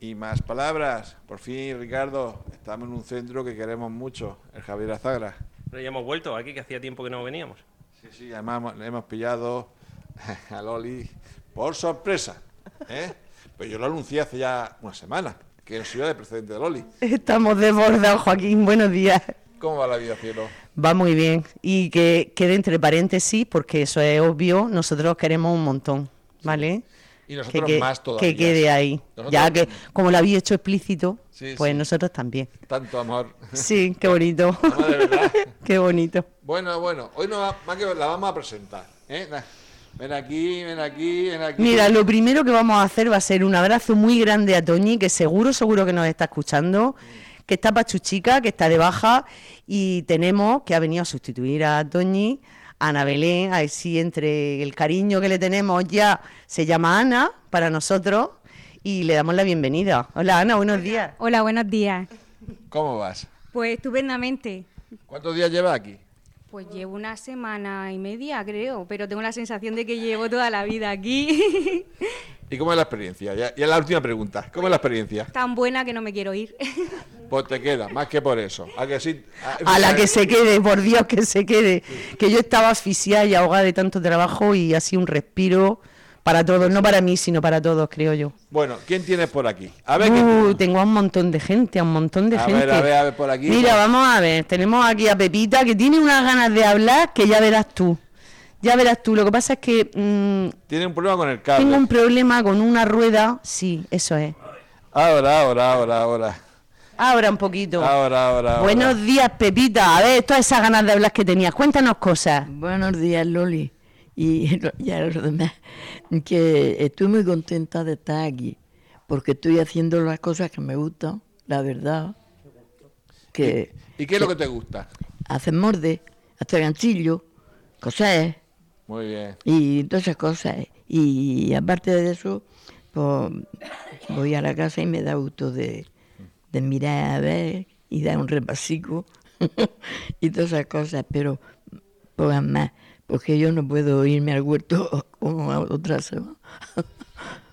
Y Más Palabras. Por fin, Ricardo, estamos en un centro que queremos mucho, el Javier Azagra. Pero ya hemos vuelto aquí, que hacía tiempo que no veníamos. Sí, sí, además hemos- le hemos pillado a Loli por sorpresa. ¿eh? Pero yo lo anuncié hace ya una semana, que nos iba de precedente de Loli. Estamos desbordados, Joaquín. Buenos días. ¿Cómo va la vida, cielo? Va muy bien. Y que quede entre paréntesis, porque eso es obvio, nosotros queremos un montón, ¿vale? Y nosotros que, que- más todavía. Que quede ahí. Nosotros- mm. Ya que, como lo había hecho explícito, Sí, pues sí. nosotros también. Tanto amor. Sí, qué bonito. No, de verdad. qué bonito. Bueno, bueno, hoy nos va- más que la vamos a presentar. ¿eh? Na- Ven aquí, ven aquí, ven aquí. Mira, lo primero que vamos a hacer va a ser un abrazo muy grande a Toñi, que seguro, seguro que nos está escuchando, que está pachuchica, que está de baja, y tenemos que ha venido a sustituir a Toñi, a Ana Belén, a ver si entre el cariño que le tenemos ya se llama Ana para nosotros, y le damos la bienvenida. Hola Ana, buenos días. Hola, buenos días. ¿Cómo vas? Pues estupendamente. ¿Cuántos días llevas aquí? Pues llevo una semana y media, creo, pero tengo la sensación de que llevo toda la vida aquí. ¿Y cómo es la experiencia? Ya, ya la última pregunta. ¿Cómo es la experiencia? Tan buena que no me quiero ir. Pues te queda, más que por eso. A que sí. Ah, A la que se quede, por Dios que se quede, que yo estaba asfixiada y ahogada de tanto trabajo y así un respiro para todos, no para mí, sino para todos, creo yo. Bueno, ¿quién tienes por aquí? A ver, ¿quién Uh, tienes? tengo a un montón de gente, a un montón de A gente. ver, a ver, a ver, por aquí. Mira, vamos a ver, tenemos aquí a Pepita que tiene unas ganas de hablar que ya verás tú. Ya verás tú, lo que pasa es que mm, Tiene un problema con el cable. tengo un problema con una rueda, sí, eso es. Ahora, ahora, ahora, ahora. Ahora un poquito. Ahora, ahora, ahora. Buenos días, Pepita. A ver, todas esas ganas de hablar que tenías, cuéntanos cosas. Buenos días, Loli. Y, lo- y a los demás. Que estoy muy contenta de estar aquí, porque estoy haciendo las cosas que me gustan, la verdad. Que ¿Y qué es lo que te gusta? hacer morde, hacer ganchillo, coser Muy bien. y todas esas cosas. Y aparte de eso, pues voy a la casa y me da gusto de, de mirar a ver y dar un repasico y todas esas cosas, pero pocas más, porque yo no puedo irme al huerto como a otras ¿no?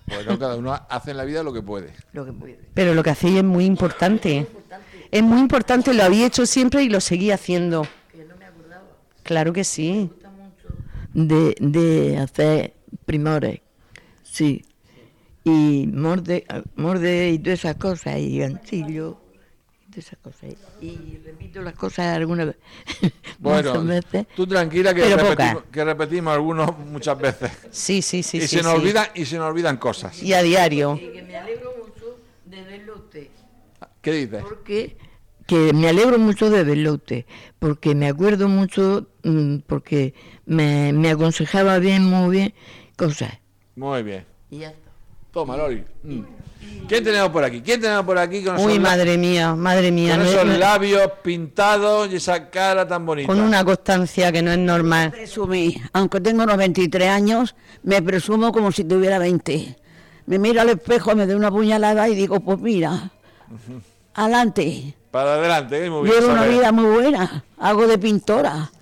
Bueno, Pues cada uno hace en la vida lo que puede. lo que puede. Pero lo que hacéis es muy importante. Es muy importante, lo había hecho siempre y lo seguí haciendo. Claro que sí. De, de hacer primores, sí. Y morde, morde y todas esas cosas, y ganchillo, y todas esas cosas. Y repito las cosas alguna vez. Bueno, muchas veces. tú tranquila que, Pero repetimos, poca. que repetimos algunos muchas veces. Sí, sí, sí. y sí, se nos sí. olvidan y se nos olvidan cosas. Y a diario. Y que me alegro mucho de verlo a usted. ¿Qué dices? Porque que me alegro mucho de verlo a usted, porque me acuerdo mucho, mm, porque me, me aconsejaba bien, muy bien, cosas. Muy bien. Y ya está. Toma, Lori. Mm. ¿Quién tenemos por aquí? ¿Quién tenemos por aquí con Uy, esos la- madre mía, madre mía. Con no es- esos no es- labios pintados y esa cara tan bonita. con una constancia que no es normal. Presumí, aunque tengo unos 23 años, me presumo como si tuviera 20. Me miro al espejo, me doy una puñalada y digo, pues mira, adelante. Para adelante, ¿eh? muy bien. Llevo una Isabel. vida muy buena, hago de pintora,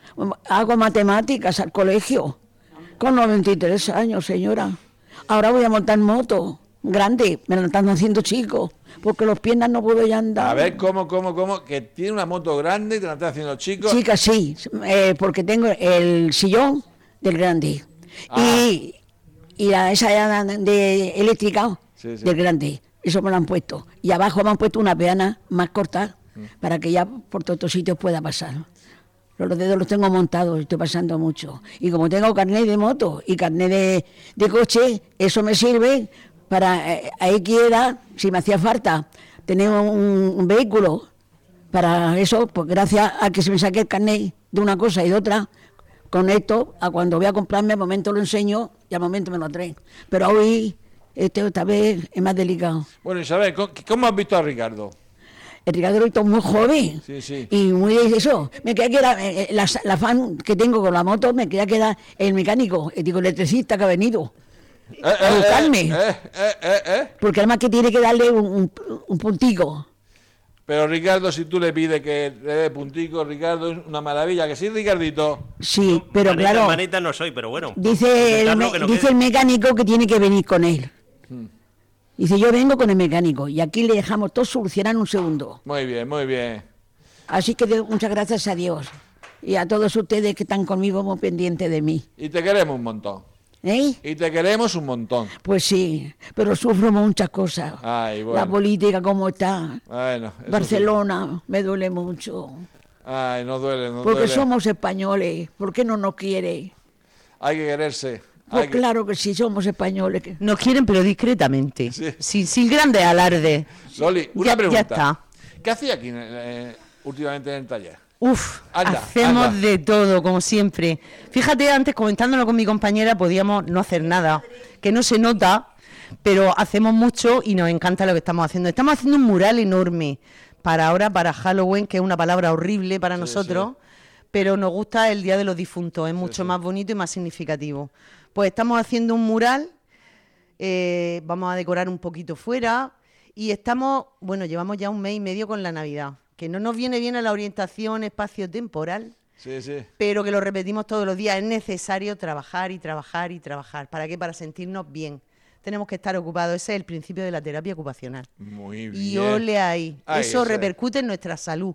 hago matemáticas al colegio, con 93 años, señora. Ahora voy a montar moto, grande, me la están haciendo chico, porque los piernas no puedo ya andar. A ver cómo, cómo, cómo, que tiene una moto grande y te la está haciendo chico. Chica, sí, eh, porque tengo el sillón del grande Ah. y, y la, esa ya de, de eléctrica Sí, sí. del grande. Eso me lo han puesto. Y abajo me han puesto una peana más corta Mm. para que ya por todos los sitios pueda pasar. Los los dedos los tengo montados, estoy pasando mucho. Y como tengo carnet de moto y carnet de, de coche, eso me sirve para, eh, a X edad, si me hacía falta, tener un, un vehículo. Para eso, pues gracias a que se me saque el carnet de una cosa y de otra, con esto, a cuando voy a comprarme, al momento lo enseño y al momento me lo traen. Pero hoy Este esta vez es más delicado. Bueno, Isabel, ¿cómo, cómo has visto a Ricardo? El Ricardo lo he visto muy joven. Sí, sí. Y muy de eso. Me creía que era eh, eh, la, la fan que tengo con la moto, me creía que era el mecánico, eh, digo, el electricista que ha venido. Eh, A eh, buscarme. eh, eh, eh, eh. Porque además que tiene que darle un, un- un puntico. Pero Ricardo, si tú le pides que le dé puntico, Ricardo, es una maravilla. Que sí, Ricardito. Sí, pero Manita- claro, Manita no soy, pero bueno. dice, el, intentarlo, me- que no dice quede. el mecánico que tiene que venir con él. Hmm. Dice, yo vengo con el mecánico y aquí le dejamos todo solucionar en un segundo. Muy bien, muy bien. Así que de- muchas gracias a Dios y a todos ustedes que están conmigo muy pendientes de mí. Y te queremos un montón. ¿Eh? Y te queremos un montón. Pues sí, pero sufro muchas cosas. Ay, bueno. La política como está. Bueno, eso sí. Barcelona me duele mucho. Ay, no duele, no Porque duele. somos españoles. ¿Por qué no nos quiere? Hay que quererse. Pues hay que- claro que sí, somos españoles. que- Nos quieren, pero discretamente. Sí. Sin, sin grandes alardes. Loli, una Ya- ya pregunta. está. ¿Qué hacía aquí en el- eh, últimamente en el taller? Uf, Anda, hacemos anda. de todo, como siempre. Fíjate, antes comentándolo con mi compañera, podíamos no hacer nada, que no se nota, pero hacemos mucho y nos encanta lo que estamos haciendo. Estamos haciendo un mural enorme para ahora, para Halloween, que es una palabra horrible para nosotros, pero nos gusta el Día de los Difuntos, es mucho más bonito y más significativo. Pues estamos haciendo un mural eh, vamos a decorar un poquito fuera y estamos, bueno, llevamos ya un mes y medio con la Navidad, que no nos viene bien a la orientación espacio-temporal, Sí, sí. pero que lo repetimos todos los días, es necesario trabajar y trabajar y trabajar. ¿Para qué? Para sentirnos bien. Tenemos que estar ocupados, ese es el principio de la terapia ocupacional. Muy bien. Y ole ahí, Ahí, eso ese. repercute en nuestra salud.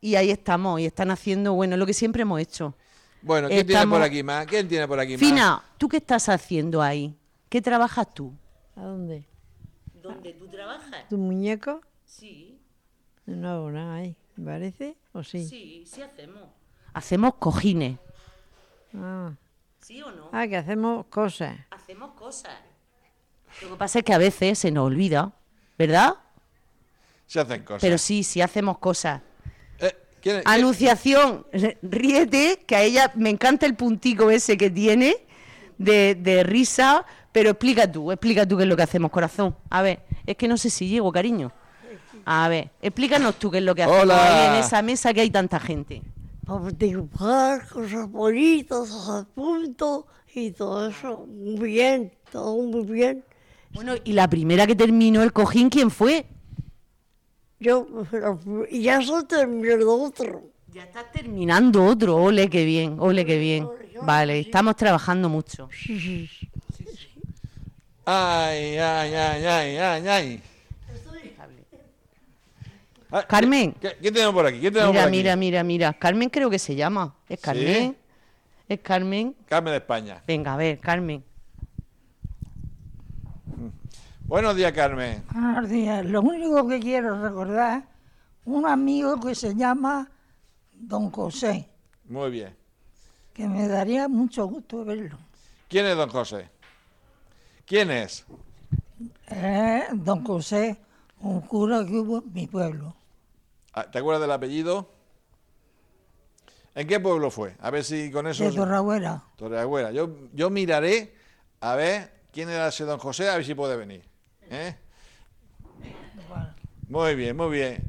Y ahí estamos, y están haciendo, bueno, lo que siempre hemos hecho. Bueno, ¿quién tiene Estamos- por aquí más? ¿Quién tiene por aquí más? Fina, ¿tú qué estás haciendo ahí? ¿Qué trabajas tú? ¿A dónde? ¿Dónde tú trabajas? ¿Tu muñeco? Sí, No hago nada ahí, ¿me parece? ¿O sí? sí, sí hacemos. Hacemos cojines. Ah. ¿Sí o no? Ah, que hacemos cosas. Hacemos cosas. Lo que pasa es que a veces se nos olvida, ¿verdad? Se hacen cosas. Pero sí, sí hacemos cosas. Eh, ¿quién es? Anunciación, ríete, que a ella me encanta el puntico ese que tiene de, de risa, pero explica tú, explica tú qué es lo que hacemos, corazón. A ver, es que no sé si llego, cariño. A ver, explícanos tú qué es lo que hacemos Hola. ahí en esa mesa que hay tanta gente. Vamos a dibujar cosas bonitas, cosas punto y todo eso. Muy bien, todo muy bien. Bueno, y la primera que terminó el cojín, ¿quién fue? Yo y ya se terminó el otro. Ya estás terminando otro, ole, qué bien, ole, qué bien. Vale, estamos trabajando mucho. Ay, ay, ay, ay, ay, ay. Ah, Carmen. ¿Qué, qué tenemos por aquí? ¿Qué tenemos Mira, por aquí? mira, mira, mira. Carmen creo que se llama. ¿Es Carmen? ¿Es Carmen? Carmen de España. Venga, a ver, Carmen. Buenos días, Carmen. Buenos días. Lo único que quiero recordar, un amigo que se llama Don José, Muy bien. que me daría mucho gusto verlo. ¿Quién es don José? ¿Quién es? Eh, don José, un cura que hubo en mi pueblo, Ah, ¿Te acuerdas del apellido? ¿En qué pueblo fue? A ver si con eso... de Torragüera. Torreagüera. Yo, yo miraré a ver quién era ese don José, a ver si puede venir. ¿eh? Muy bien, muy bien.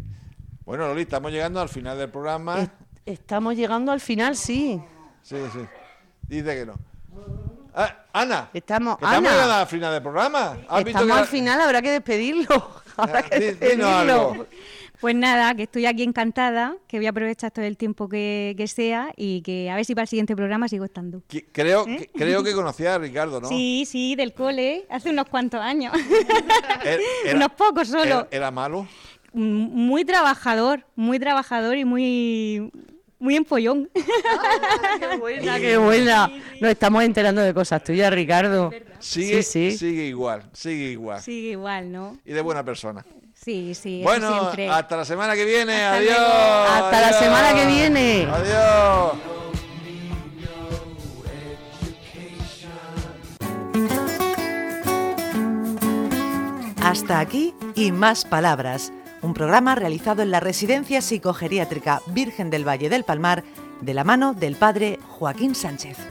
Bueno, Loli, estamos llegando al final del programa. Est- estamos llegando al final, sí. Sí, sí. Dice que no. Ah, Ana. Estamos- que estamos Ana. llegando al final del programa. Ah, ¿Has visto que Estamos la- Ah, al final, habrá que despedirlo. Habrá que Di- dinos despedirlo. algo. Pues nada, que estoy aquí encantada, que voy a aprovechar todo el tiempo que, que sea y que a ver si para el siguiente programa sigo estando. Que- Creo, ¿Eh? que, creo que conocía a Ricardo, ¿no? Sí, sí, del cole, hace unos cuantos años. Er- era- unos pocos solo. Era, era malo. Mm, Muy trabajador, muy trabajador y muy, muy empollón. Qué buena, qué buena. Nos estamos enterando de cosas tuyas, Ricardo. Sigue, Sí, sí. sigue igual, sigue igual. Sí, igual, ¿no? Y de buena persona. Sí, sí, eso bueno, siempre. hasta la semana que viene. Hasta adiós. luego. Hasta la adiós. semana que viene. Adiós. Hasta aquí Y Más Palabras, un programa realizado en la Residencia Psicogeriátrica Virgen del Valle del Palmar de la mano del padre Joaquín Sánchez.